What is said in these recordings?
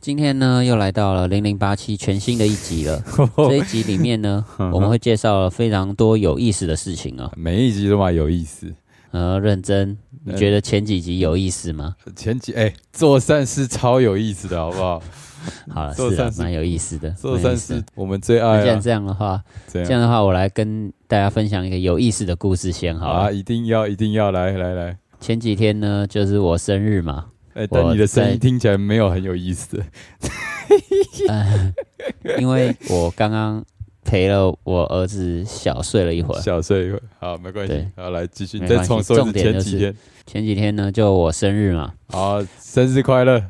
今天呢，又来到了零零八七全新的一集 了。这一集里面呢，嗯我们会介绍了非常多有意思的事情哦。每一集都蛮有意思。呃，认真，嗯你觉得前几集有意思吗？前几哎、做善事超有意思的，好不 好？好了，做是啊善，事蛮有意思的。做蛮有善意思的事我们最那爱既然啊，这样的话，这这样的话，我来跟大家分享一个有意思的故事先好好了。啊，一定要一定要来来来。前几天呢，就是我生日 嘛，哎、但我你的声在音听起来没有很有意思。哎，因为我刚刚陪了我儿子小睡了一会儿。小睡一会儿，好，没关系对。好，来继续，你没再关系重说一重次点就前是几天。前几天呢，就我生日嘛，好，生日快乐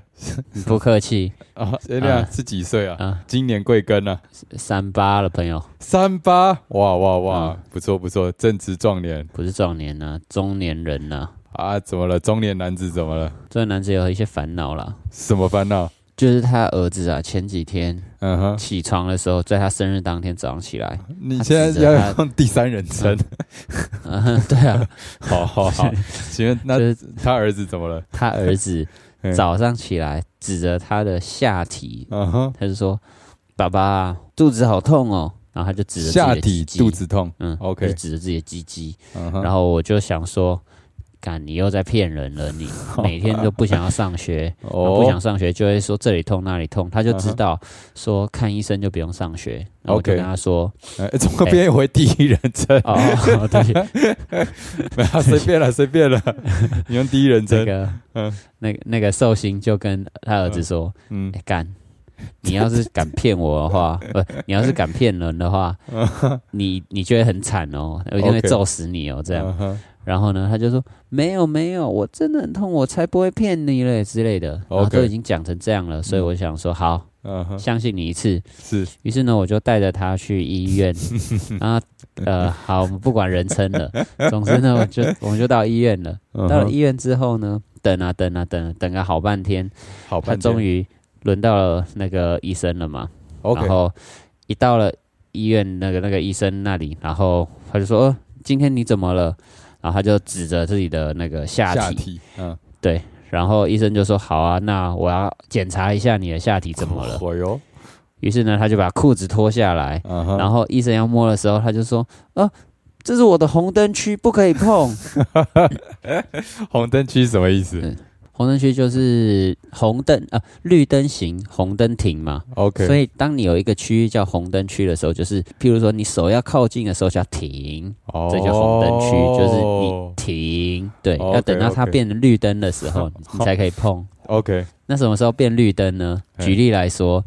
不客气啊！哎呀啊，是几岁啊？啊，今年贵庚啊？三八了，朋友，三八，哇哇哇，嗯不错不错，正值壮年不是壮年呢、中年人呢、啊！怎么了？中年男子怎么了？这个男子有一些烦恼啦，什么烦恼？就是他儿子啊，前几天嗯哼，起床的时候，在他生日当天早上起来， 你他现在指着要他嗯用第三人称， 啊，对啊，好好好。请问那就是他儿子怎么了？他儿子嗯早上起来指着他的下体，嗯哼，他就说：“爸爸，肚子好痛哦。”然后他就指着自己下的体鸡鸡肚，子痛。嗯 OK 就指着自己的鸡鸡。嗯哼，然后我就想说，干，你又在骗人了， 你每天都不想要上学，然后不想哦，上学就会说这里痛那里痛，他就嗯哼知道说看医生就不用上学。然后我就 OK 跟他说，哎怎么变回第一人称？哦，哦对不起， 没有，随便了，随 便了，你用第一人这称。个嗯，那个那个寿星就跟他儿子说，嗯哎干。你要是敢骗我的话，不，你要是敢骗人的 话，你你就会很惨哦，我一定会 OK 揍死你哦，这样。嗯哼然后呢，他就说没有没有，我真的很痛，我才不会骗你嘞之类的。然后 OK 都已经讲成这样了，所以我想说好，嗯哼，相信你一次。是于是呢，我就带着他去医 院啊，呃，好，我们不管人称了。总之呢，我就我们就到医院了。嗯哼到了医院之后呢，等啊等啊等啊，等个好半天，好他半天，终于轮到了那个医生了嘛。 OK 然后一到了医院那个那个医生那里，然后他就说：“哦，今天你怎么了？”然后他就指着自己的那个下体，下体，嗯，然后医生就说：“好啊，那我要检查一下你的下体怎么了。火哟，”于是呢，他就把裤子脱下来，嗯哼，然后医生要摸的时候，他就说：“哦、这是我的红灯区，不可以 碰。红灯区什么意思嗯红灯区就是红灯啊、绿灯行，红灯停嘛。 ？OK，所以，当你有一个区域叫红灯区的时候，就是譬如说你手要靠近的时候就要停，哦这叫红灯区，就是你停，对， OK，要等到它 OK 变成绿灯的时 候，你才可以碰。 OK，那什么时候变绿灯呢？嗯举例来 说，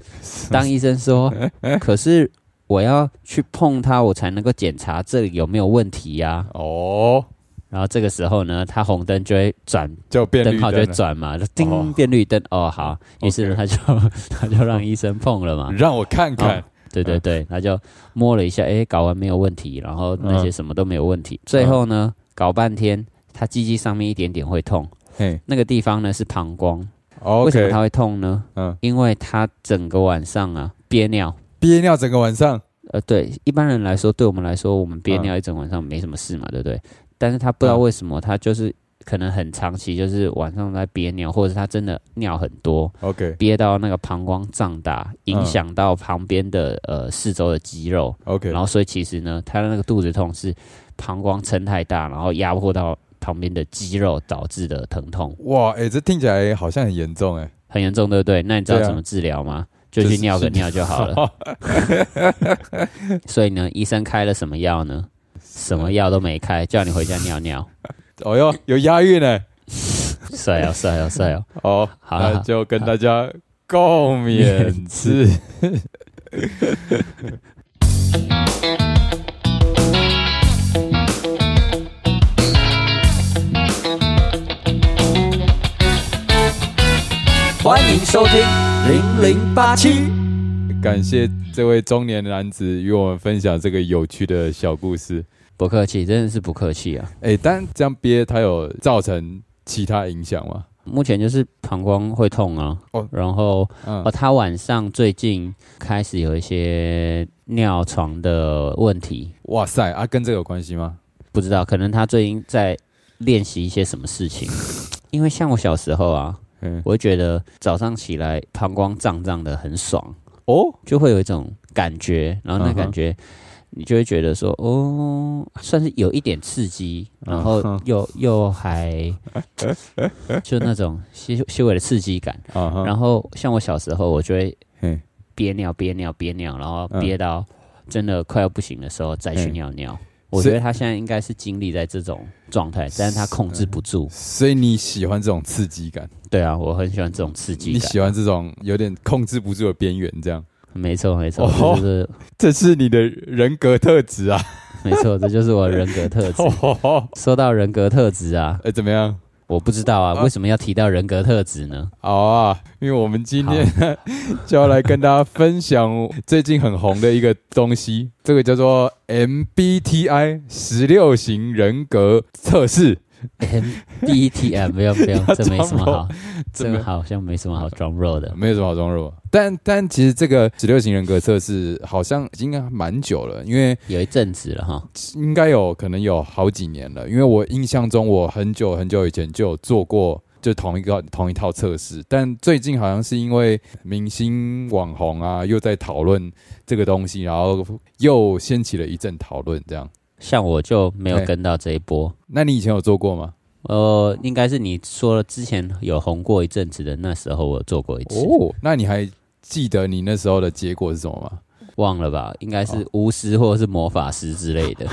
当医生说，可是我要去碰它，我才能够检查这里有没有问题啊呀、哦，然后这个时候呢，它红灯就会转，就变灯绿泡就灯会了，转嘛，就哦叮变绿灯。哦，好，于是呢，他就 他就让医生碰了嘛。嗯让我看看，对对对，嗯他就摸了一下，诶，睾丸没有问题，然后那些什么都没有问嗯题。最后呢，搞半天，他鸡鸡上面一点点会痛，嘿那个地方呢是膀胱。为什么哦，OK，他会痛呢？嗯，因为他整个晚上啊憋尿。憋尿整个晚上，呃，对，一般人来说，对我们来说，我们憋嗯尿一整晚上没什么事嘛，对不对？但是他不知道为什么，他就是可能很长期就是晚上在憋尿，或者是他真的尿很多， OK 憋到那个膀胱胀大，影嗯响到旁边的呃四周的肌肉， OK，然后所以其实呢，他的那个肚子痛是膀胱撑太大，然后压迫到旁边的肌肉导致的疼痛，哇，哎，这听起来好像很严重哎，很严重，对不对？那你知道对啊怎么治疗吗？就就去是尿个尿就好了。所以呢，医生开了什么药呢？什么药都没开，叫你回家尿尿。 哦哟，有押韵呢，帅哦，帅哦，帅哦！好，好那好就跟大家共勉之。欢迎收听零零八七。 感谢这位中年男子与我们分享这个有趣的小故事。不客气，真的是不客气啊！哎，但这样憋，它有造成其他影响吗？目前就是膀胱会痛啊，哦然后嗯哦，，他晚上最近开始有一些尿床的问题，哇塞，啊，跟这个有关系吗？不 知道，可能他最近在练习一些什么事情。因为像我小时候啊，嗯我会觉得早上起来膀胱胀胀的很爽，哦，就会有一种感觉，然后那嗯哼感觉你就会觉得说，哦，算是有一点刺激，然后嗯哼又又还 就那种些些微的刺激感。啊哈，然后像我小时候，我就会嘿憋尿憋尿憋尿，然后嗯憋到真的快要不行的时候再去嗯尿尿。我所觉得以他现在应该是经历在这种状态，但是他控制不住。所以你喜欢这种刺激感，对啊，我很喜欢这种刺激你感。喜欢这种有点控制不住的边缘，这样，没错，没错，这哦就是 这是你的人格特质啊！没错，这就是我的人格特质。哦，说到人格特质啊，哎，怎么样？我不知道啊，啊为什么要提到人格特质 呢？好啊，因为我们今天 就要来跟大家分享最近很红的一个东西，这个叫做 MBTI 十六型人格测试。 BT 啊，不用不 用，要这没什么装好，这怎么个好像没什嗯么好装弱的。没有什么好装弱。但但其实这个十六型人格测试好像已经蛮久了，因为有一阵子了哈，应该有可能有好几年了。因为我印象中，我很久很久以前就有做过。就同一个同一套测试，但最近好像是因为明星网红啊，又在讨论这个东西，然后又掀起了一阵讨论。这样，像我就没有对跟到这一波。那你以前有做过吗？呃，应该是你说了之前有红过一阵子的，那时候我有做过一次，哦，那你还记得你那时候的结果是什么吗？ 忘了吧？应该是巫师或者是魔法师之类的，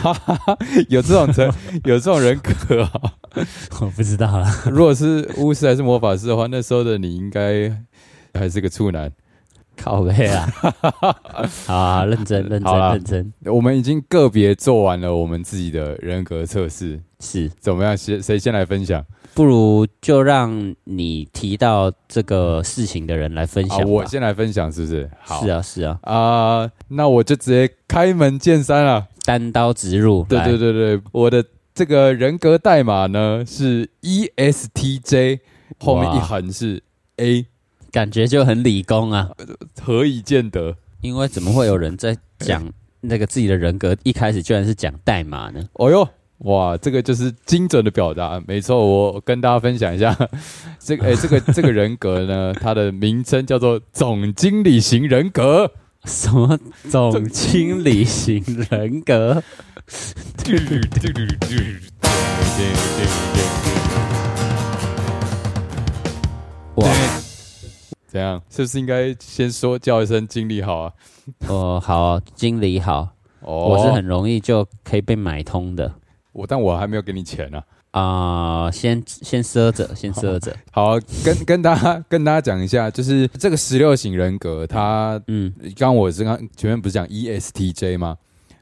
有这种人，有这种人格、啊。 我不知道啦。如果是巫师还是魔法师的话，那时候的你应该还是个处男。靠背 啊，好啊，认真认真好啦认真，我们已经个别做完了我们自己的人格测试，是怎么样？谁谁先来分享？不如就让你提到这个事情的人来分啊享，吧。我先来分享，是不是？好是啊是啊，啊、那我就直接开门见山了。单刀直入，对来对对对，我的这个人格代码呢是 E ESTJ，后面哇一横是 A，感觉就很理工啊，何以见得？因为怎么会有人在讲 那个自己的人格，一开始居然是讲代码呢？ 哦哟，哇，这个就是精准的表达，没错。我跟大家分享一下， 这个诶、哎这个这个人格呢，它的名称叫做总经理型人格。什么总经理型人 格？哇，怎样？是不是应该先说叫一声经理好啊？哦，好啊经理好，哦，我是很容易就可以被买通的我，但我还没有给你钱呢、啊。啊、先先赊 着，先赊着，好，跟跟大家跟大家讲一下，就是这个十六型人格，它嗯，刚刚我是刚前面不是讲 E ESTJ 吗？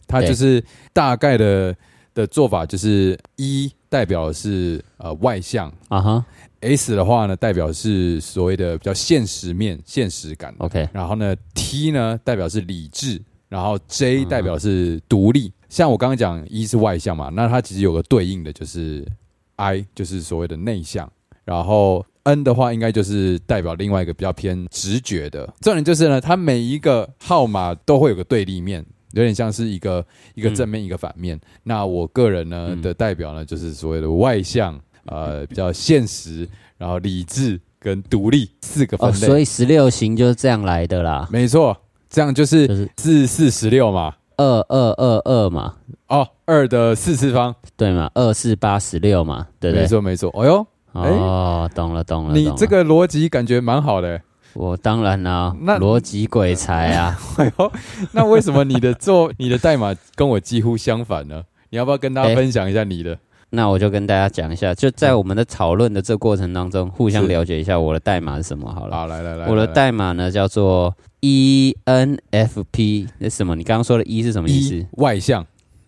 它对就是大概的的做法就是一代表是呃外向啊哈，S 的话呢代表是所谓的比较现实面、现实感， ，OK，然后呢 T 呢代表是理智，然后 J 嗯代表是独立。像我刚刚讲一是外向嘛，那它其实有个对应的就是 I，就是所谓的内向，然后 N 的话应该就是代表另外一个比较偏直觉的。重点就是呢，它每一个号码都会有个对立面。有点像是一个一个正面一个反面。那我个人呢、嗯的代表呢，就是所谓的外向，呃，比较现实，然后理智跟独立四个分哦，类。所以十六型就是这样来的啦，没错，这样就是就是四四十六嘛。二二二二嘛，哦，二的四次方，对嘛，二四八十六嘛，对不没对？错没错。哎呦，哦，懂了懂了，你懂了这个逻辑感觉蛮好的。我当然啦、那逻辑鬼才 啊，哎呦，那为什么你的 做你的代码跟我几乎相反呢？你要不要跟大家哎分享一下你的？那我就跟大家讲一下，就在我们的讨论的这过程当中，互相是了解一下我的代码是什么好了。好，来来来，我的来来代码呢叫做 E ENFP，那什么？你刚刚说的 E 是什么意一思？外向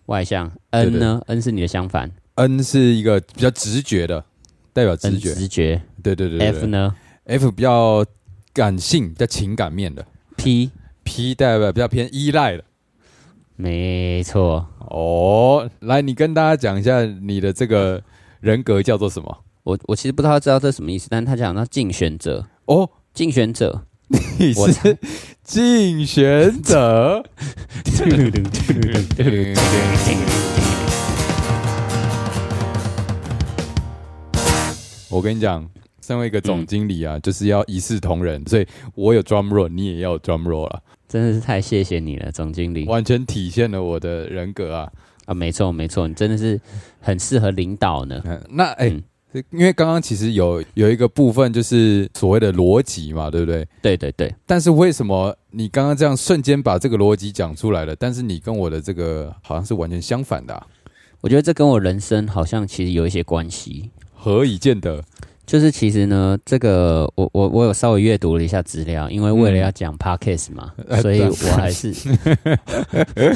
外向。对 N 呢？N 是你的相反，N 是一个比较直觉的，代表直，N 觉。直觉。对对对对 F 对呢 F 比较感性，比较情感面的。 ？P， P 代表比较偏依赖的。没错，哦，来，你跟大家讲一下你的这个人格叫做什么？我我其实不知道知道这什么意思，但他讲到竞选者，哦，竞选 者，你我是竞选者。嗯我跟你讲，身为一个总经理啊，就是要一视同仁，所以我有 drum roll，你也要有 drum roll 啊，真的是太谢谢你了，总经理完全体现了我的人格啊。啊，没错没错，你真的是很适合领导呢。嗯，那哎、嗯因为刚刚其实有有一个部分就是所谓的逻辑嘛，对不对？对对对，但是为什么你刚刚这样瞬间把这个逻辑讲出来了，但是你跟我的这个好像是完全相反的、啊，我觉得这跟我人生好像其实有一些关系。何以见得？就是其实呢，这个我我我有稍微阅读了一下资料，因为为了要讲 podcast 嘛，呃所以嗯对我还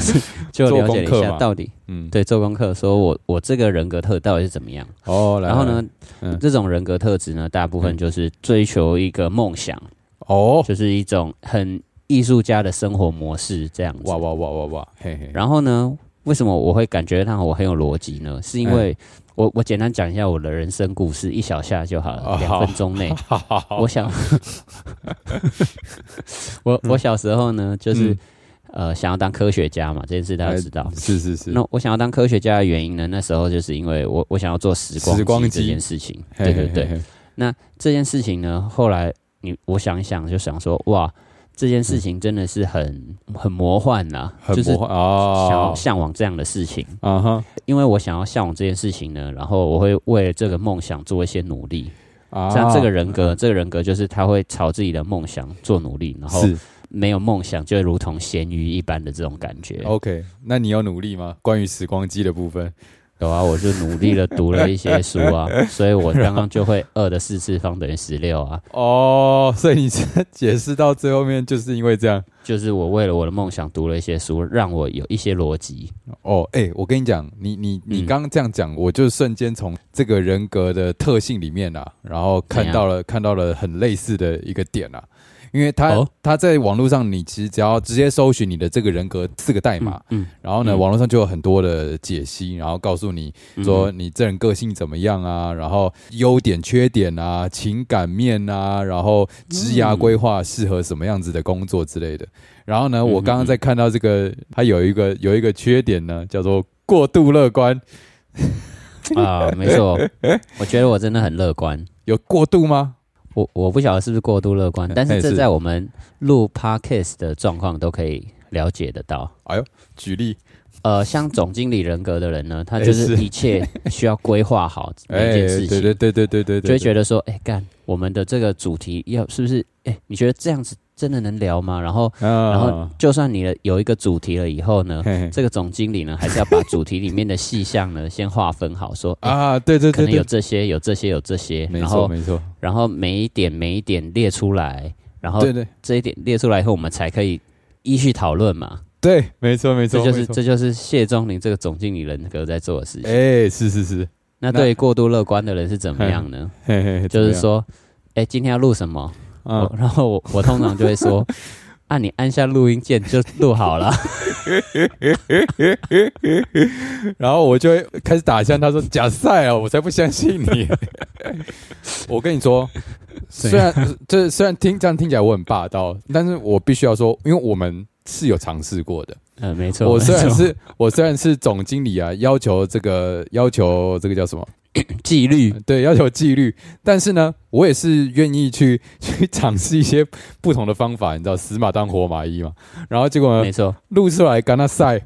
是就做了解了功一课下嘛到底嗯，对做功课，说我我这个人格特到底是怎么样。哦，来然后呢，，来嗯这种人格特质呢，大部分就是追求一个梦想，哦，就是一种很艺术家的生活模式这样子。哇哇哇哇哇，嘿嘿，然后呢，为什么我会感觉到我很有逻辑嗯呢？是因为我我简单讲一下我的人生故事，一小下就好哦了，好两分钟 内。哈哈哈，我想， 我我小时候呢，就是、嗯呃想要当科学家嘛，这件事大家都知道哎。是是是，那我想要当科学家的原因呢，那时候就是因为我我想要做时光时光机这件事情。嘿对对嘿对，嘿嘿那这件事情呢，后来你我想一想，就想说，哇，这件事情真的是很很魔幻啦、嗯很就是魔幻啊，想要向往这样的事情。啊哈因为我想要向往这件事情呢，然后我会为了这个梦想做一些努力。啊，像这个人格，这个人格就是他会朝自己的梦想做努力，然后是没有梦想就如同咸鱼一般的这种感觉。 OK，那你有努力吗？关于时光机的部分，有啊，我就努力的读了一些书 啊，所以我刚刚就会二的四次方等于十六啊，哦，所以你这解释到最后面就是因为这样。就是我为了我的梦想读了一些书，让我有一些逻辑。哦，哎、我跟你讲，你你你嗯刚刚这样讲，我就瞬间从这个人格的特性里面啊，然后看到了看到了很类似的一个点啊，因为他、哦他在网络上，你其实只要直接搜寻你的这个人格四个代码，嗯，然后呢，嗯网络上就有很多的解析，然后告诉你嗯 说你这人个性怎么样啊，然后优点、缺点啊，情感面啊，然后职涯规划适合什么样子的工作之类的。然嗯后呢，我刚刚在看到这个，它有一个有一个缺点呢，叫做过度乐观。啊，没错，我觉得我真的很乐观。有过度吗？我我不晓得是不是过度乐观 嗯，但是嘿这是在我们录 podcast 的状况都可以了解得到。举例，呃，像总经理人格的人 呢，他哎就是是一切需要规划 好每一件事对情，哎对对对对对就会觉对，得说，哎、干，我们的这个主题要是不是？哎、你觉得这样子真的能聊吗？然后，然然后就算你的有一个主题了以后呢，啊嘿嘿这个总经理呢，还是要把主题里面的细项呢先划分好，说啊。哎啊，对对可对能有对，这些，有这些，有这些，没然错后没错，然后每一点每一点列出来，然后对对这一点列出来以后，我们才可以依序讨论嘛。对，没错没这错，就是没错这就是谢钟林这个总经理人格在做的事情。哎，是是是，那对于过度乐观的人是怎么样呢？嘿嘿，嘿就是，嗯怎么嗯啊说，哎，今天要录什么？样我然后我我通常就会说， 啊，你按下录音键就录好了。 然后我就会开始打枪，他说假赛啊，我才不相 信你。我跟你说，虽然这虽然听这样听起来我很霸道，但是我必须要说，因为我们是有尝试过的。呃，没错，我虽然没错是我虽然是总经理啊，要求这个要求这个叫什么？纪律，对，要求纪律。但是呢，我也是愿意去去尝试一些不同的方法，你知道，死马当活马医嘛。然后结果呢没，错，录出来跟 他晒，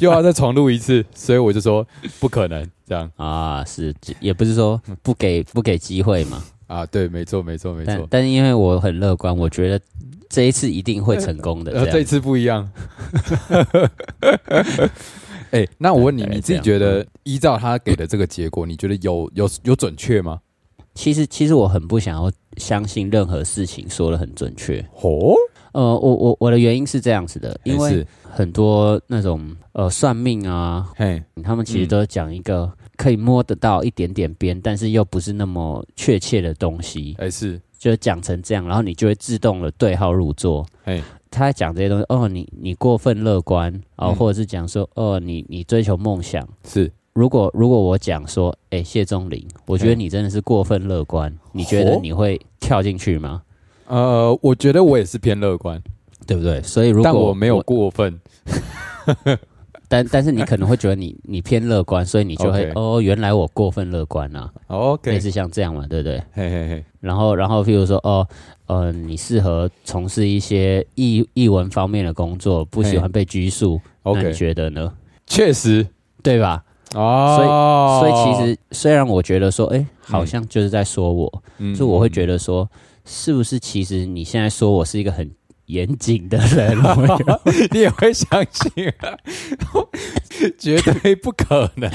又要再重录一次，所以我就说不可能这样啊，是也不是说不给不给机会嘛，啊，对，没错，没错，没但错，但因为我很乐观，我觉得这一次一定会成功的。呃，这这样次不一样。 哎、那我问你，大概你自己这觉样嗯得依照他给的这个结果，你觉得有有有准确吗？其实其实我很不想要相信任何事情说的很准确。哦，呃，我我我的原因是这样子的，因哎为是很多那种呃算命啊，嘿，他们其实嗯都讲一个可以摸得到一点点边，但是又不是那么确切的东西，哎、是，就讲成这样，然后你就会自动的对号入座。哎，他在讲这些东西，哦，你你过分乐观啊、哦嗯或者是讲说，哦，你你追求梦想。是，如果如果我讲说，哎、谢钟林，我觉得嘿你真的是过分乐观，你觉得哦你会跳进去吗？呃，我觉得我也是偏乐观，对不对？所以如果但我没有过分。但但是你可能会觉得你你偏乐观，所以你就会 OK 哦，原来我过分乐观啊，类哦，OK，似像这样嘛，对不对？嘿嘿嘿，然后然后譬如说哦，呃，你适合从事一些译译文方面的工作，不喜欢被拘束，那你 OK，觉得呢？确实对吧？哦，所以其实虽然我觉得说，哎、好嗯像就是在说我，嗯就我会觉得说，是不是其实你现在说我是一个很严谨的 人？我有你也会相信、啊， 绝对不可能。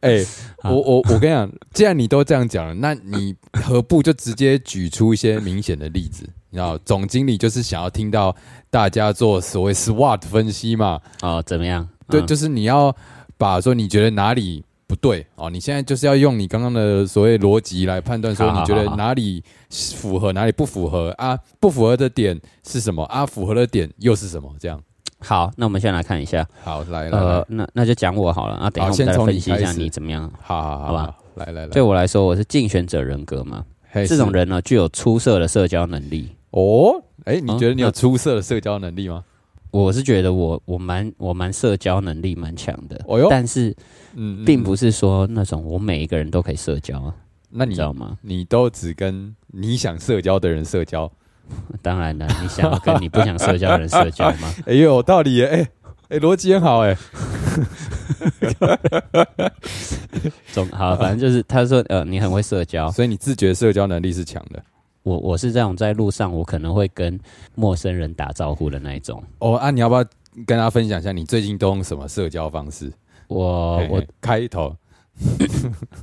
哎、我我我跟你讲，既然你都这样讲了，那你何不就直接举出一些明显的例子？你知道，总经理就是想要听到大家做所谓 SWOT 分析嘛？哦，怎么样？对，嗯就是你要把说你觉得哪里不对哦，你现在就是要用你刚刚的所谓逻辑来判断，说好好你觉得好好哪里符合，哪里不符合啊？不符合的点是什么啊？符合的点又是什么？这样好，那我们先来看一下，好，来来呃来，，那那就讲我好了啊，等一好下我们再先来从分你析一下开始你怎么样。好好好好吧好，来来来，对我来说，我是竞选者人格嘛，嘿这种哎是人呢具有出色的社交能力。哦，哎，你觉得嗯那你有出色的社交能力吗？我是觉得我我蛮我蛮社交能力蛮强的，哦哟但是嗯，嗯并嗯不是说那种我每一个人都可以社交啊，那你你知道吗？你都只跟你想社交的人社交，当然了，你想要跟你不想社交的人社交 吗？哎，有道理耶，哎哎，逻辑很好哎，总好，反正就是他说呃，你很会社交。所以你自觉社交能力是强的。我我是这种在路上我可能会跟陌生人打招呼的那一种。哦，啊，你要不要跟大家分享一下你最近都用什么社交方式？我嘿嘿我开头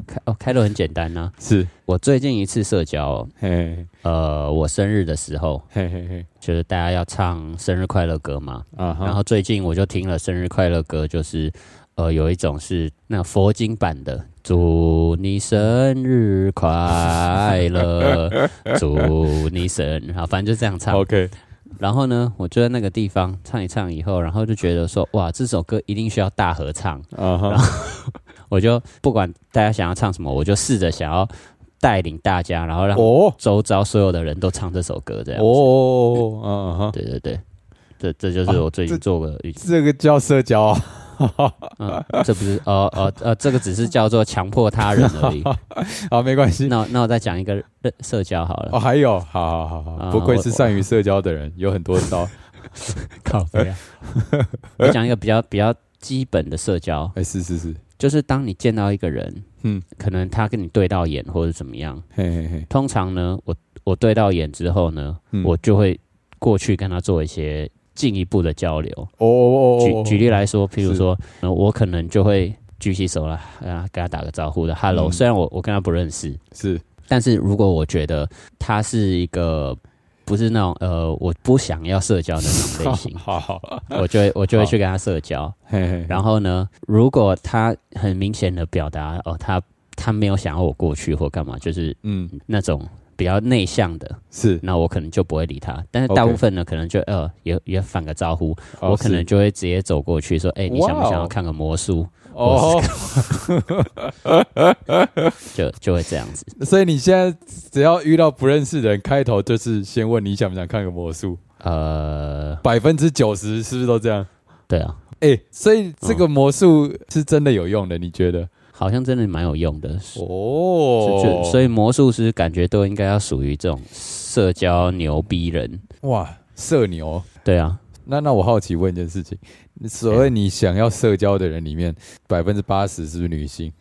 开哦开头很简单呐、是，我最近一次社交哦，嘿呃，我生日的时候，嘿嘿嘿，就是大家要唱生日快乐歌嘛。啊然哈，后最近我就听了生日快乐歌，就是呃有一种是那佛经版的，祝你生日快乐，祝你生日，好，反正就这样唱。 OK，然后呢，我就在那个地方唱一唱以后，然后就觉得说，哇，这首歌一定需要大合唱。啊然哈，我就不管大家想要唱什么，我就试着想要带领大家，然后让哦周遭所有的人都唱这首歌，这样。哦，啊哈，对对对，这这就是我最近做的一这个叫社交 啊，嗯，这不是呃呃呃，这个只是叫做强迫他人而 已。好，没关系。那那我再讲一个社社交好了，哦，还有，好好好啊好，不愧我是善于社交的人，有很多招。靠背啊！我讲一个比较比较基本的社交，哎，是是是，就是当你见到一个人，嗯嗯，可能他跟你对到眼或者怎么样，嘿嘿嘿，通常呢，我我对到眼之后呢，嗯我就会过去跟他做一些进一步的交流。哦哦哦举哦，举例来说，譬如是说，呃我可能就会举起手啦，啊，跟他打个招呼的，hello，嗯虽然我我跟他不认识，是，但是如果我觉得他是一个不是那种呃我不想要社交的那种类型 好好，我就会我就会去跟他社交。嘿嘿， 然后呢，如果他很明显的表达哦，他他没有想要我过去或干嘛，就是嗯，那种比较内向的，是，那我可能就不会理他。但是大 OK 部分呢，可能就呃也也反个招呼，哦我可能是就会直接走过去说，哎、你想不哇哦想要看个魔术？哦，就就会这样子。所以你现在只要遇到不认识的人，开头就是先问你想不想看个魔术，呃，百分之九十是不是都这样？对啊，哎、所以这个魔术是真的有用的，你觉得？好像真的蛮有用的，哦就所以以魔术师感觉都应该要属于这种社交牛逼人，哇，社牛。对啊，那那我好奇问一件事情，所谓你想要社交的人里面，百分之八十是不是女 性？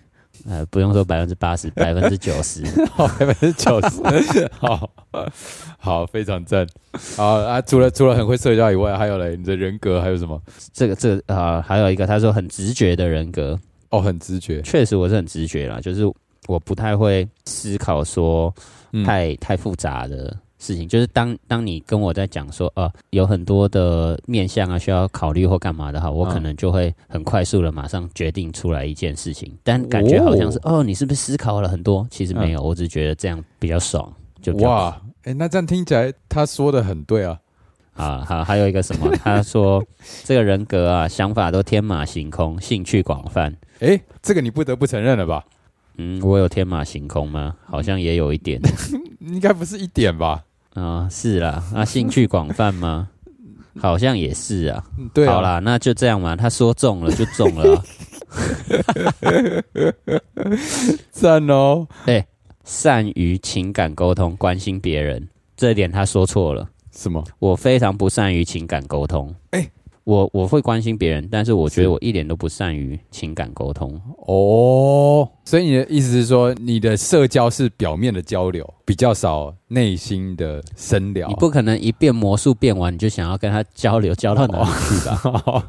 呃，不用说百分之八十，百分之九十， 好，百分之九十，好好，非常赞。好啊，除了除了很会社交以外，还有嘞，你的人格还有什么？这个这个啊、呃还有一个他说很直觉的人格，哦，很直觉，确实我是很直觉啦，就是我不太会思考说嗯，太、太复杂的。事情就是当当你跟我在讲说，呃，有很多的面向啊需要考虑或干嘛的哈，我嗯可能就会很快速的马上决定出来一件事情，但感觉好像是哦你是不是思考了很多？其实没有，我只是觉得这样比较爽，就比较嗯哇，哎、那这样听起来他说的很对啊。啊，好，还有一个什么？他说这个人格啊，想法都天马行空，兴趣广泛。哎、这个你不得不承认了吧？嗯，我有天马行空吗？好像也有一点应该不是一点吧？啊、是啦。啊，兴趣广泛吗？好像也是啊。嗯对啊，好，啦，那就这样嘛。他说中了就中了啊、 赞哦，善于情感沟通，关心别人，这一点他说错了。什么？我非常不善于情感沟通。哎我我会关心别人，但是我觉是得我一点都不善于情感沟通。哦，所以你的意思是说，你的社交是表面的交流，比较少内心的深聊。你不可能一变魔术变完，你就想要跟他交流，交到哪里去吧？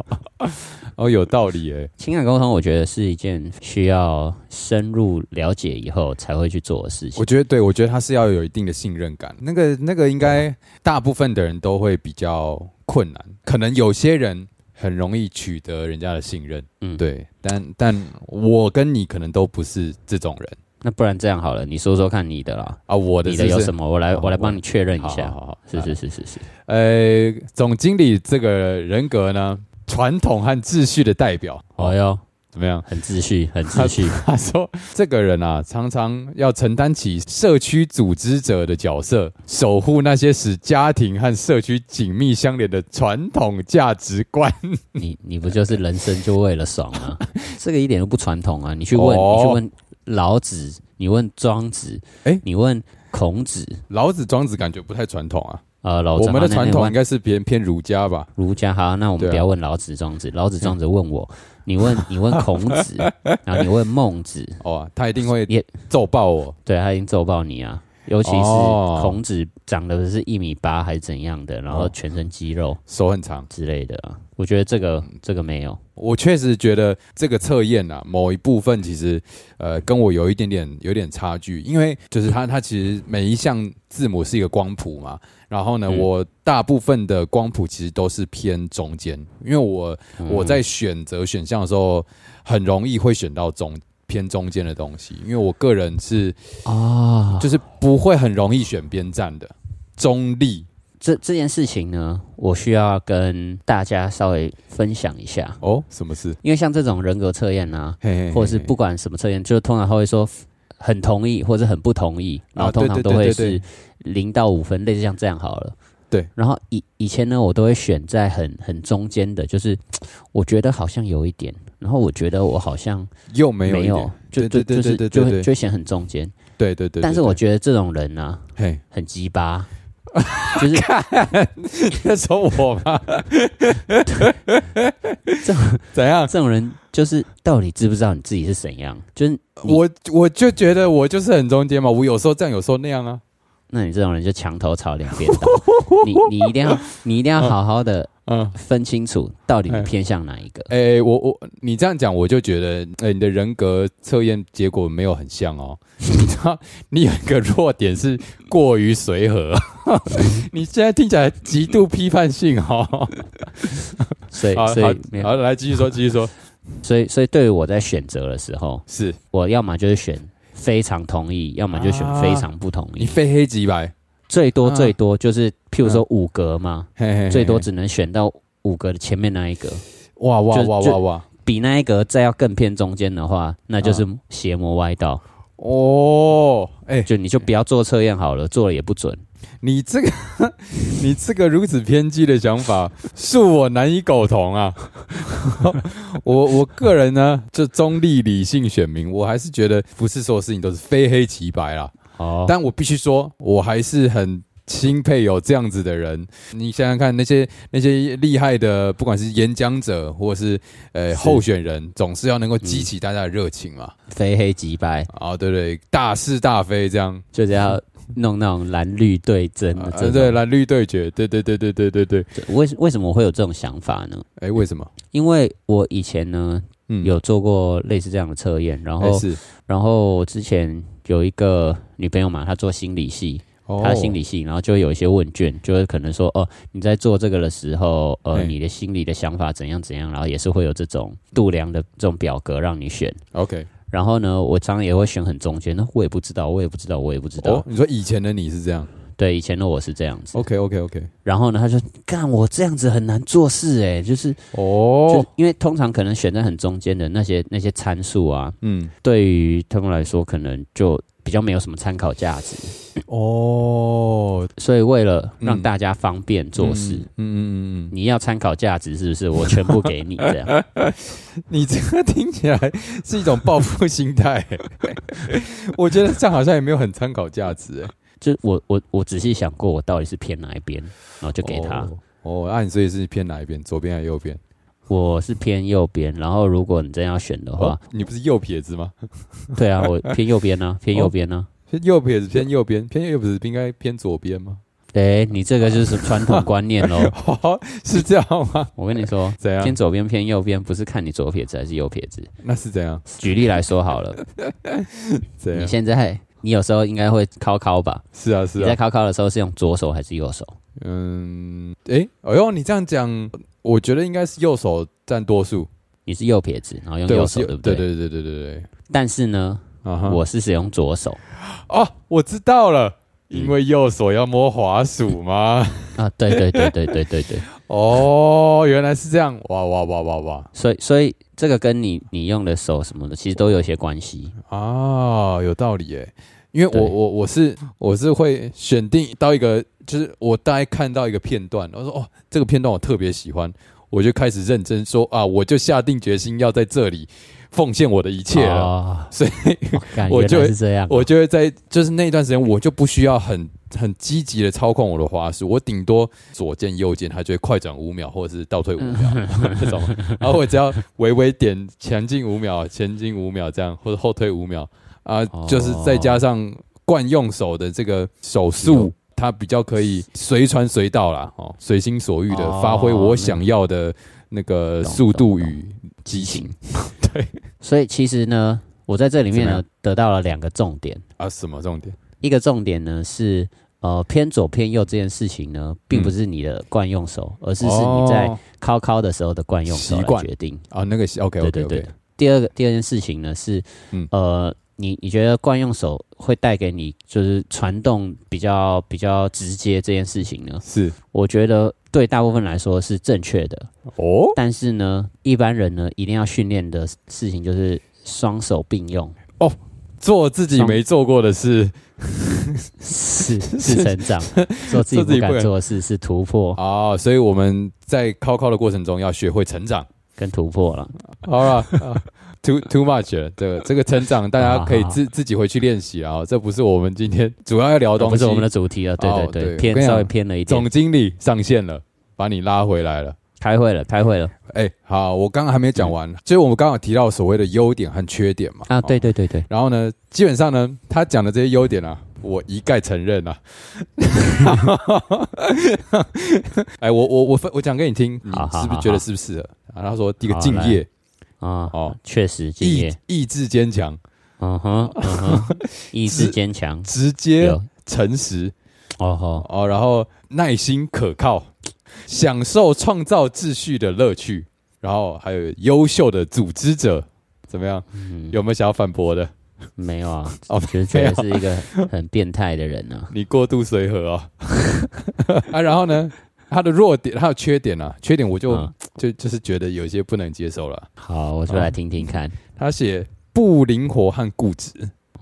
哦，有道理诶。 情感沟通，我觉得是一件需要深入了解以后才会去做的事情我。觉得对，我觉得他是要有一定的信任感。那个那个，应啊该大部分的人都会比较困难，可能有些人很容易取得人家的信任。嗯，。对，但但我跟你可能都不是这种人那不然这样好了，你说说看你的啦，啊。我的你是的有什么？么？我来好我来我帮你确认一好好下。好好，是是是是是，呃，总经理这个人格呢，传统和秩序的代表。哦哟，怎么样？很秩序，很秩序。 他说，这个人啊，常常要承担起社区组织者的角色，守护那些使家庭和社区紧密相连的传统价值观。你你不就是人生就为了爽吗？ 这个一点都不传统啊！你去问，哦你去问老子，你问庄子，诶你问孔子，老子、庄子感觉不太传统啊，呃，老子我们好的那传那统问应该是偏偏儒家吧？儒家好，那我对们啊不要问老子、庄子，老子、庄子问我，你问你问孔子， 然后你问孟子，哦，他一定会也揍爆我。对他已经揍爆你啊！尤其是哦孔子长得是一米八还是怎样的，然后全身肌肉手很长，之类的啊，我觉得这个这个没有，我确实觉得这个测验啊，某一部分其实呃跟我有一点点有点差距，因为就是它它其实每一项字母是一个光谱嘛，然后呢，嗯我大部分的光谱其实都是偏中间，因为我、嗯我在选择选项的时候，很容易会选到中偏中间的东西，因为我个人是啊，就是不会很容易选边站的，中立这这件事情呢，我需要跟大家稍微分享一下，哦，什么事？因为像这种人格测验啊，嘿嘿嘿或者是不管什么测验，就通常他会说很同意或者很不同意，然后通常都会啊对对对是零到五分，类似像这样好了。对，然后以以前呢，我都会选在很很中间的，就是我觉得好像有一点，然后我觉得我好像又没有一没点有，就就对对就对是对对就对会对就会显很中间。对对对，但是对我觉得这种人呢，嘿。很鸡 巴，就是 那时候我 吗？这怎 样？这种人就是到底知不知道你自己是怎样？就是你我我就觉得我就是很中间嘛，我有时候这样，有时候那样啊。那你这种人就墙头草两 边倒，你你一定要你一定要好好的嗯，分清楚到底你嗯偏向哪一个。哎、我我你这样讲，我就觉得，哎、你的人格测验结果没有很像哦。 你知道，你有一个弱点是过于随和， 你现在听起来极度批判性哦。所以好哎所好以没有好，来继续说，继 续说，所以所以对于我在选择的时候，是我要么就是选非常同意，要么就选非常不同你意。非黑即白，最多啊最多就是譬如说五格嘛，嘿嘿嘿最多只能选到五格的前面那一格，哇哇就哇就哇哇比那一格再要更偏中间的话，那就是啊邪魔歪道。哦，哎、就你就不要做测验好了，做了也不准。你这个， 你这个如此偏激的想法，恕我难以苟同啊！ 我我个人呢，就中立理性选民，我还是觉得不是所有事情都是非黑即白啦。哦但我必须说，我还是很钦佩有这样子的人。你想想看，那些那些厉害的，不管是演讲者或是呃是嗯候选人，总是要能够激起大家的热情嘛。非黑即白，啊，对对，大是大非这样。就是要弄那种蓝绿对争嗯的啊这对，种。蓝绿对决，对对对对对对对。对为为什么我会有这种想法呢？哎，为什么？因为我以前呢嗯有做过类似这样的测验，然还后哎是然后我之前有一个女朋友嘛，她做心理系，哦她心理系，然后就会有一些问卷，就会可能说哦，你在做这个的时候，呃，嘿你的心里的想法怎样怎样，然后也是会有这种度量的这种表格让你选。哦 OK 然后呢，我常常也会选很中间，那我也不知道，我也不知道，我也不知道。哦，你说以前的你是这样对，以前的我是这样子。 ，OK OK OK，然后呢，他说：“干我这样子很难做事诶、就是、哦就，因为通常可能选在很中间的那些那些参数啊，嗯对于他们来说可能就比较没有什么参考价值。哦，所以为了让嗯大家方便做事，嗯，嗯嗯嗯你要参考价值是不是？我全部给你这 样。嗯，你这个听起来是一种报复心态， 我觉得这样好像也没有很参考价值，哎，就我我我仔细想过，我到底是偏哪一边，然后就给他。哦。哦，那你所以是偏哪一边？左边还是右边？我是偏右边，然后如果你真要选的话哦，，你不是右撇子吗？对啊，我偏右边呢、啊，偏哦右边呢、啊。偏右撇子偏右边，偏右撇子应该偏左边吗？ 哎、你这个就是传统观念喽。哦，是这样吗？我跟你说，怎样偏？左边偏右边，不是看你左撇子还是右撇子。那是怎样？举例来说 好了，怎你样？现在你有时候应该会敲敲吧？是啊，是你在啊。敲敲的时候是用左手还是右手？嗯，诶，哎呦，你这样讲，我觉得应该是右手占多数。你是右撇子，然后用对，右我是手，右对不对对？对对对对对。但是呢，啊哈，我是使用左 手哦，我知道了，嗯因为右手要摸滑鼠 吗？啊。对对对对对对对。哦，原来是这样。哇哇哇哇哇！所以，所以这个跟你你用的手什么的，其实都有一些关系。啊，有道理诶。因为对我我我是我是会选定到一个，就是我大概看到一个片段，我说哦，这个片段我特别喜欢，我就开始认真说啊，我就下定决心要在这里奉献我的一切了。哦所以哦干我原就来是这样。啊我就会在就是那一段时间，我就不需要很很积极的操控我的滑鼠，我顶多左键右键，它就会快转五秒或者是倒退五秒 这种，然后我只要微微点前进五秒、前进五秒这样，或者后退五秒啊、哦就是再加上惯用手的这个手有速。它比较可以随传随到啦，哦，随心所欲的哦发挥我想要的那个懂速懂懂度与 激情所以其实呢，我在这里面怎呢么样得到了两个重点。啊，什么重点？一个重点呢是，呃，偏左偏右这件事情呢，并不是你的惯用手，而是是你在嗯哦敲敲的时候的惯用手习来惯决定。啊，那个 OK 对 OK 对 OK，对。第二个第二件事情呢是嗯，呃，你你觉得惯用手会带给你就是传动比较比较直接这件事情呢？是我觉得对大部分来说是正确的，哦但是呢，一般人呢一定要训练的事情就是双手并用，做自己没做过的事 是是成长，做自己自不己不敢敢做的事是突破啊、所以我们在考考的过程中要学会成长。跟突破了。好了、啊 too too much 了，这个这个成长大家可以好好自自己回去练习啊，这不是我们今天主要要聊的哦东西。不是我们的主题了，对哦对对对，我跟偏你讲稍微偏了一点总。经理上线了，把你拉回来了。开会了，开会了哎、好，我刚刚还没讲完，就是我们刚好提到所谓的优点和缺点嘛。嗯啊！哦对对对对，然后呢，基本上呢，他讲的这些优点啊，我一概承认啊。 哎，我我我分我讲给你听，你好好是不是好觉得好适不适合？然后他说，第一个好敬来业，啊哦，确实敬意业，意志坚强，嗯哼嗯 哼，意志是坚强，直接有诚实哦吼，哦，然后耐心可靠，享受创造秩序的乐趣，然后还有优秀的组织者，怎么样？嗯，有没有想要反驳的？没有啊，哦我觉得没觉有得是一个很变态的人啊呢。你过度随和哦。 啊，然后呢，他的弱点，他的缺点啊，缺点我就、嗯就就是觉得有一些不能接受了。好，我就来听听看。他写不灵活和固执，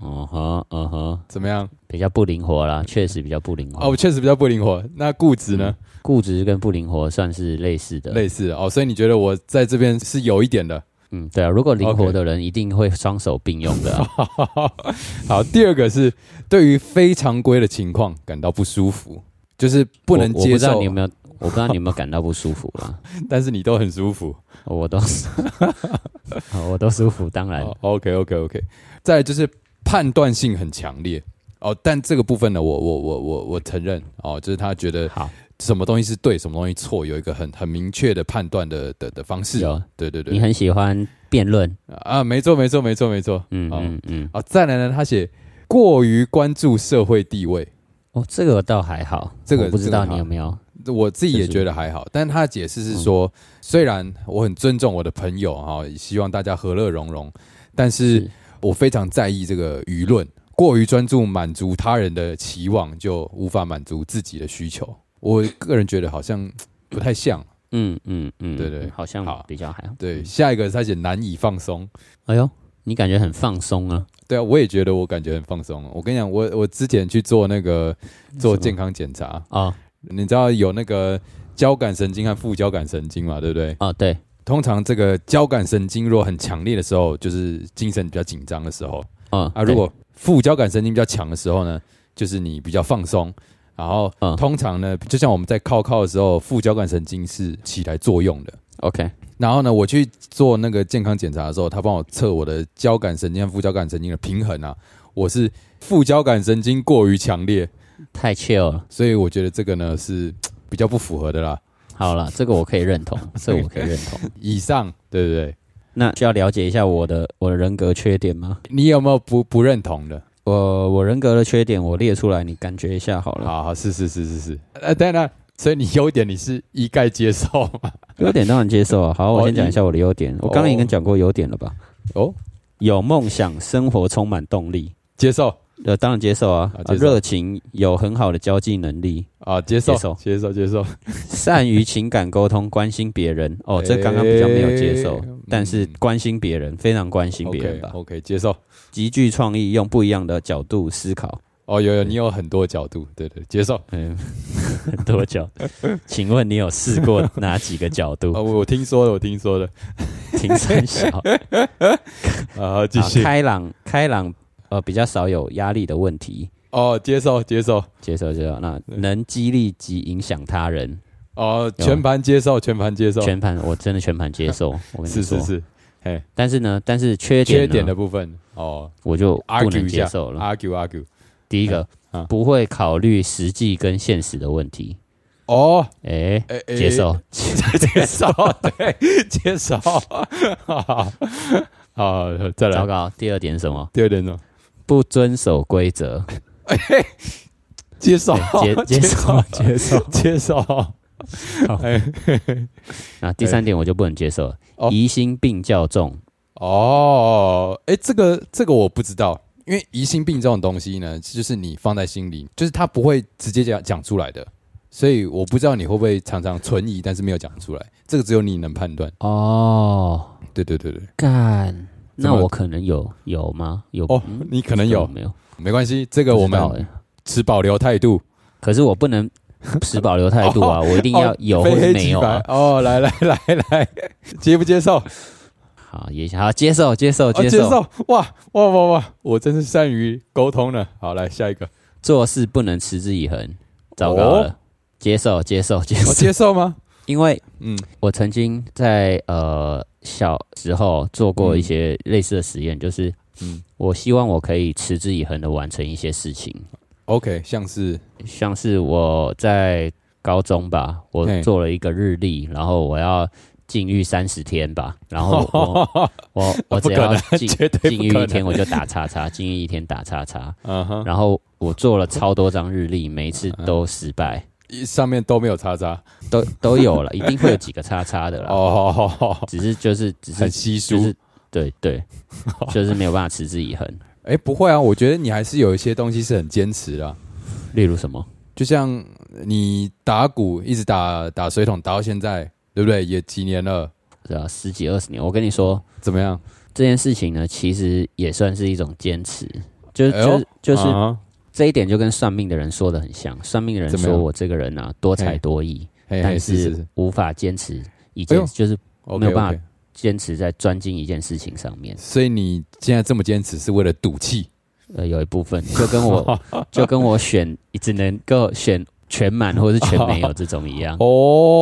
哦嗯哼嗯哼，怎么样？比较不灵活啦，确实比较不灵哦，活。嗯我确实比较不灵活。那固执呢？固执跟不灵活算是类似的。类似的哦，所以你觉得我在这边是有一点的。 嗯，对啊，如果灵 OK 活的人一定会双手并用的啊。好，第二个是对于非常规的情况感到不舒服，就是 不能我我接不知道受你有，没有，我不知道你有没有感到不舒服啦。但是你都很舒服。我都是，好 我都舒服，当然。哦、OK OK OK，再来就是判断性很强烈哦，但这个部分呢，我我我我我承认哦，就是他觉得好，什么东西是对，什么东西错，有一个很很明确的判断的的的方式。有对对你对，很喜欢辩论，啊，没错没错没错没错，嗯哦嗯嗯，啊，再来呢，他写过于关注社会地位，哦，这个倒还好，这个我不知这个道还好你有没有，我自己也就是觉得还好，但他的解释是说，嗯虽然我很尊重我的朋友哈、也希望大家和乐融融，但是是我非常在意这个舆论，过于专注满足他人的期望，就无法满足自己的需求。我个人觉得好像不太像。嗯嗯嗯，对对好像好比较还好。对，下一个他写难以放松，哎呦，你感觉很放松啊？对啊，我也觉得我感觉很放松。我跟你讲，我我之前去做那个做什么健康检查，哦你知道有那个交感神经和副交感神经嘛，对不对？哦，对，通常这个交感神经如果很强烈的时候，就是精神比较紧张的时候嗯啊；如果副交感神经比较强的时候呢，就是你比较放松。然后嗯通常呢，就像我们在靠靠的时候，副交感神经是起来作用的。对 OK，然后呢，我去做那个健康检查的时候，他帮我测我的交感神经和副交感神经的平衡啊，我是副交感神经过于强烈，太 chill 了。所以我觉得这个呢是比较不符合的啦。好了，这个我可以认 同，这个我可以认同。以上对不对？那需要了解一下我的我的人格缺点吗？你有没有不不认同的？我我人格的缺点我列出来，你感觉一下好了。好好，是是是是是，呃，当然，所以你优点你是一概接受吗？优点当然接 受啊。好，我哦先讲一下我的优点。我刚刚已经讲过优点了吧？哦，有梦想，生活充满动力。接受呃，当然接受啊好，啊接受热情，有很好的交际能力，啊，接受接受接受接受，善于情感沟通，关心别人。哦，这刚刚比较没有接受诶，但是嗯关心别人，非常关心别人 OK 吧。 OK 接受。极具创意，用不一样的角度思考。哦，有有，你有很多角度，对对，接受。嗯，很 多角度。请问你有试过哪几个角哦，度？我我听说了，我听说了。挺三小。啊， 继好续。开朗，开朗，呃，比较少有压力的问题，哦，接受接受。接受接受。那对能激励及影响他人，哦，全盘接受，全盘接受。啊全盘我真的全盘接 受。我跟你哦是说，是是，但是呢，但是缺点缺呢点的部分哦我就不，argue 能一接下啊受了。 ，argue argue。第一个嗯嗯，不会考虑实际跟现实的问题。哦，哎，诶诶接受， 接受，对，接受。 好，好，再糟来。糕。第二点是什么？第二点呢？不遵守规则， 哦接受， 接接受接受。 接受。 那第三点我就不能接受了哦，疑心病较重。哦，哎，这个这个我不知道，因为疑心病这种东西呢，就是你放在心里，就是他不会直接讲讲出来的，所以我不知道你会不会常常存疑，但是没有讲出来，这个只有你能判断。哦，对对对对，干，怎那么我可能有有吗？有哦嗯，你可能有，没有？没关系，这这个我们持保留态度，可是我不 能持保留态度啊，我一定要哦有或非是黑没即有白啊。。哦，来来来来，接不接受？好，也好接受接受哦接接受，受！哇哇哇哇，我真是善于沟通了。好，来下一个，做事不能持之以恒，糟糕了。接受接受 接哦，受，接受吗？因为嗯，我曾经在呃小时候做过一些类似的实验，就是嗯嗯，我希望我可以持之以恒的完成一些事情。 OK，像是像是我在高中吧，我嘿做了一个日历，然后我要禁欲三十天吧，然后哦我我 我我不只可要能禁绝对禁不欲可一天能。我就打叉叉， 禁欲一天打叉叉， 嗯哼，然后我做了超多张日历，每一次嗯都失败，上面都没有叉叉都都有了，一定会有几个叉叉的啦，哦， 只是就是啊只是很哦稀就疏是。对对，就是没有办法持之以恒。哎、不会啊，我觉得你还是有一些东西是很坚持啦。例如什么？就像你打鼓一直打打水桶打到现在，对不对？也几年了，对啊，十几二十年，我跟你说，怎么样？这件事情呢，其实也算是一种坚持，就是哎呦就是就是啊这一点就跟算命的人说的很像。算命的人怎么样说我这个人啊多才多艺，嘿嘿但是是是是无法坚持一件，哎呦就是 o 没 k 有 o 办 k 法坚持在专精一件事情上面。所以你现在这么坚持是为了赌气呃，有一部分就跟 我就跟我选只能够选全满或是全没有这种一 样。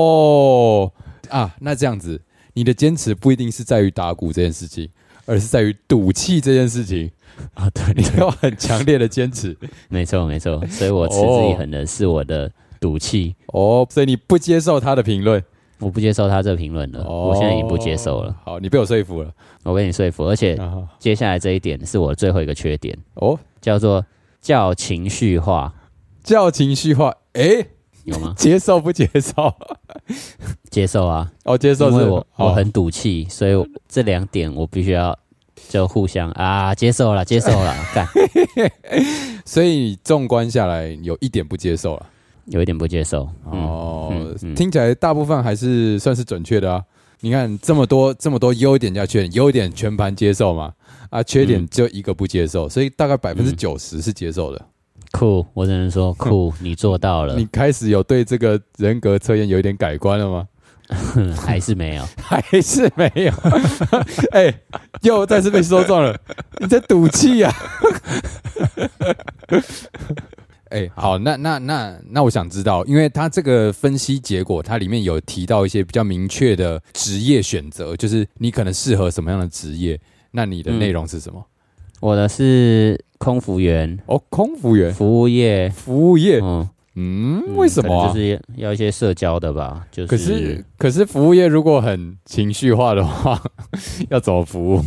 哦啊？那这样子，你的坚持不一定是在于打鼓这件事情，而是在于赌气这件事情，啊，对，你有很强烈的坚持。没错没错，所以我持之以恒的是我的赌气。哦，所以你不接受他的评论，我不接受他这个评论了，哦呃我现在已经不接受了，。好，你被我说服了。我被你说服，而且啊哈接下来这一点是我最后一个缺点，哦，叫做叫情绪化，叫情绪化，诶，？有吗 接受不接受？接受啊，哦，接受因是为我哦我很赌气，所以我这两点我必须要就互相啊，接受了，接受 了，干，所以纵观下来有一点不接受了。有一点不接受，嗯，哦嗯嗯，听起来大部分还是算是准确的啊。你看这么多这么多优点加缺点，优点全盘接受嘛，啊，缺嗯点只有一个不接受，所以大概百分之九十是接受的。酷，我只能说酷，你做到了你，开始有对这个人格测验有一点改观了吗？还是没有？还是没有？ 哎、又再次被说中了，你在赌气呀、啊？ 哎、好，那那那那，我想知道，因为他这个分析结果，它里面有提到一些比较明确的职业选择，就是你可能适合什么样的职业。那你的内容是什么？嗯我的是空服员、哦，空服员，服务业，服务业，嗯，嗯，嗯为什可么、能啊就？是要一些社交的吧，就可是可是服务业如果很情绪化的话， 要怎么服务？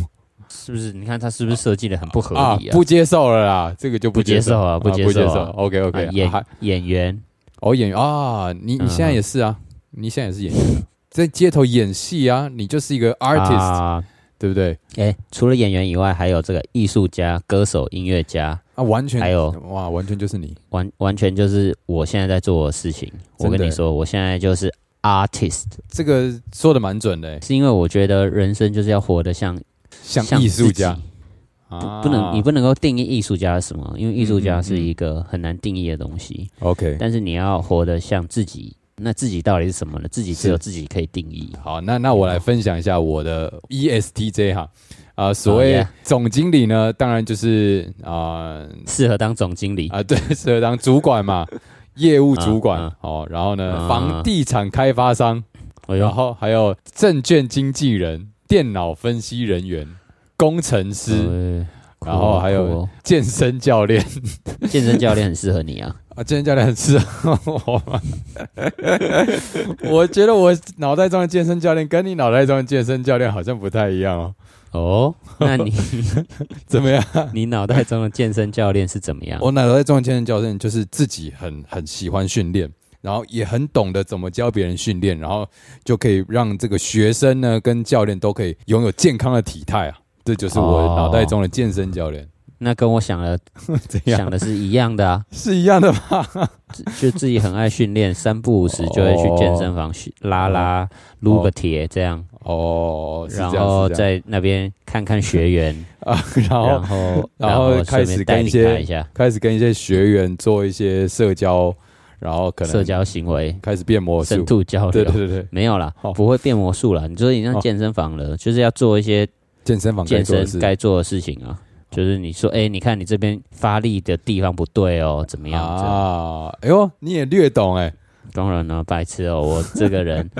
是不是？你看他是不是设计的很不合理啊？不接受了啦，这个就不接受啊，啊，不不接受啊。 OK 啊 OK，、演还演员，哦演员啊，你你嗯现在也是啊，你现在也是演员啊，在街头演戏啊，你就是一个 artist，、啊对不对？哎，除了演员以外，还有这个艺术家、歌手、音乐家，啊，完全还有哇，完全就是你完完全就是我现在在做的事情。我跟真的你说，我现在就是 artist，这个说的蛮准的欸，是因为我觉得人生就是要活得像像像艺术自己家，啊不不能，你不能够定义艺术家是什么，因为艺术嗯嗯家嗯是一个很难定义的东西。啊 OK。但是你要活得像自己，那自己到底是什么呢？自己只有是自己可以定义。好，那那我来分享一下我的 E ESTJ 哈，啊、所哦谓，yeah 总经理呢，当然就是啊、适合当总经理，啊，对， 适合当主管嘛，业务主管、啊哦，然后呢，啊房地产开发商，哎然呦，后还有证券经纪人、电脑分析人员、工程师、哎酷哦然后还有酷哦 健身教练 健身教练很适合你啊，啊，健身教练很适合我吗？ 我觉得我脑袋中的健身教练跟你脑袋中的健身教练好像不太一样 哦，哦， 那你怎么样？你脑袋中的健身教练是怎么样？我脑袋中的健身教练就是自己很很喜欢训练，然后也很懂得怎么教别人训练，然后就可以让这个学生呢跟教练都可以拥有健康的体态啊。这就是我哦脑袋中的健身教练，那跟我想的怎想样的是一样的啊，是一样的吗？就自己很爱训练，三不五时哦就会去健身房去拉拉、撸个铁这样，哦，是这然样后是这样在那边看看学员，啊，然然后后然然后后开顺始便跟带一领些他一下开始跟一些学员做一些社交，然后可能社交行为、开始变魔深术，度交对流对。对对，没有啦哦，不会变魔术啦。你说你哦像健身房了，就是要做一些健身房该健做的身事该做的事情啊。就是你说，哎、你看你这边发力的地方不对哦，怎么样？这样啊，哎呦，你也略懂哎，当然了，白痴哦，我这个 人，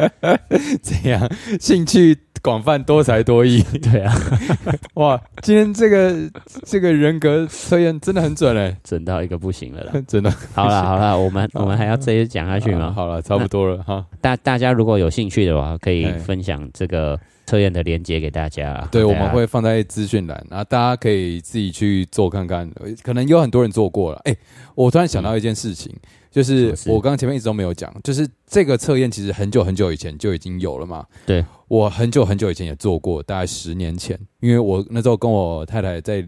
怎样？兴趣广泛，多才多艺。 对啊， 哇，今天这个这个人格测验真的很 准哎、准到一个不行了啦。真的。好啦好啦，我们我们还要这些讲下去啊吗？好了，差不多了哈。大大家如果有兴趣的话，可以哎分享这个测验的链接给大家啊。对，我大们家会放在资讯栏，然后啊大家可以自己去做看看，呃可能有很多人做过了。哎、我突然想到一件事情，就是嗯什么事我刚刚前面一直都没有讲，就是这个测验其实很久很久以前就已经有了嘛。对，我很久很久以前也做过，大概十年前，因为我那时候跟我太太在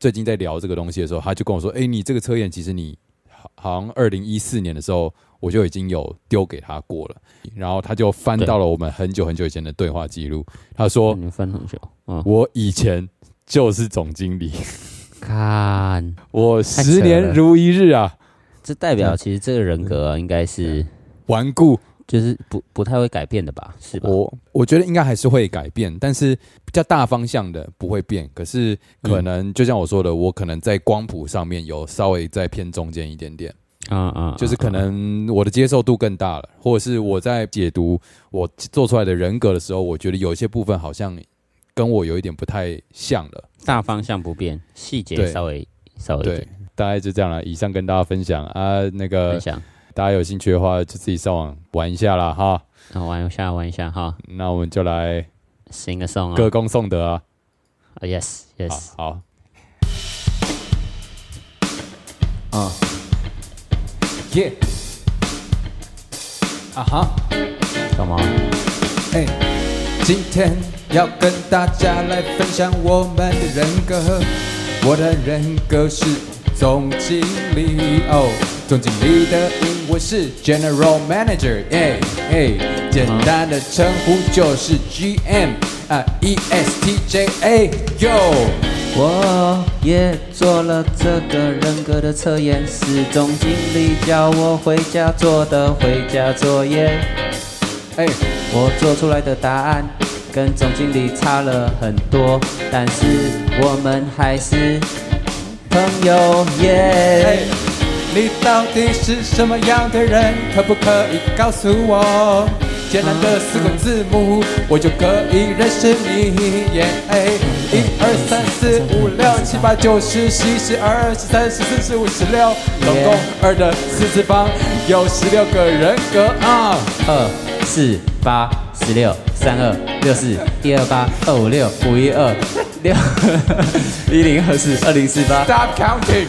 最近在聊这个东西的时候，她就跟我说：“哎、你这个测验其实你好好像二零一四年的时候我就已经有丢给她过了。”然后她就翻到了我们很久很久以前的对话记录，她说。你们分很久，嗯，我以前就是总经理，看我十年如一日啊，这代表其实这个人格、啊、应该嗯是顽固。就是不不太会改变的吧？是吧？我我觉得应该还是会改变，但是比较大方向的不会变。可是可能、就像我说的，我可能在光谱上面有稍微再偏中间一点点，啊啊，就是可啊啊能我的接受度更大了，或者是我在解读我做出来的人格的时候，我觉得有一些部分好像跟我有一点不太像了。大方向不变，细节对稍微稍微一对点，大概就这样了。以上跟大家分享啊，那个分享。大家有兴趣的话，就自己上网玩一下啦哈。那玩一下，玩一下哈那我们就来，sing a song 歌啊功颂德啊，啊，yes yes，好好。 Uh. Yeah. Uh huh. 干嘛？哎，今天要跟大家来分享我们的人格。我的人格是总经理哦，总经理的英文是 General Manager，哎哎，简单的称呼就是 G M 啊 E S T J A Yo。我也做了这个人格的测验，是总经理叫我回家做的回家作业。哎，我做出来的答案跟总经理差了很多，但是我们还是朋友哎耶。，你到底是什么样的人？可不可以告诉我？简单的四个字母，我就可以认识你。耶，哎，一二三四五六七八九十十一十二十三十四十五十六，总共二的四次方有十六个人格啊。二四八十六三二六四一二八二五六五一二六 一零二四二零四八。 Stop counting。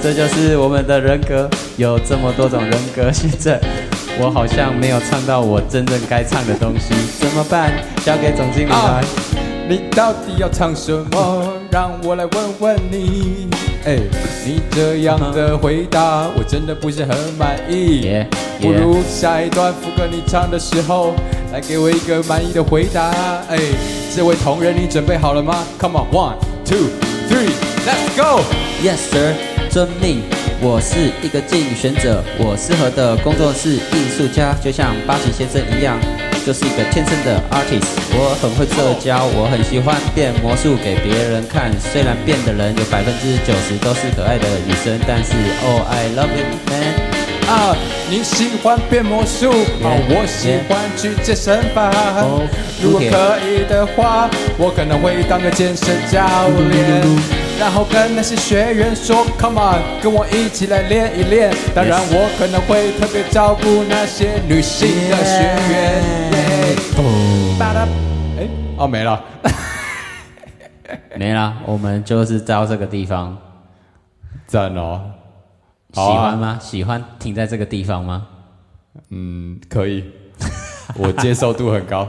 这就是我们的人格，有这么多种人格。现在我好像没有唱到我真正该唱的东西，怎么办？交给总经理啊来。！你到底要唱什么？让我来问问你。哎，你这样的回答我真的不是很满意 Yeah,。不如下一段副歌你唱的时候，来给我一个满意的回答。哎，这位同仁，你准备好了吗？Come on, one, two, three, let's go！ Yes sir，遵命。我是一个竞选者，我适合的工作是艺术家，就像巴奇先生一样，就是一个天生的 artist。我很会社交，我很喜欢变魔术给别人看。虽然变的人有百分之九十都是可爱的女生，但是 Oh I love it man。啊，你喜欢变魔术，啊，我喜 yeah 欢去健身房哦。如果 OK 可以的话，我可能会当个健身教练，然后跟那些学员说，Come on，跟我一起来练一练。当然，我可能会特别照顾那些女性的学员。Oh 耶巴拉哎，哦 没了，没啦，我们就是到这个地方，赞哦，喜好啊欢吗？喜欢停在这个地方吗？嗯，可以，我接受度很高。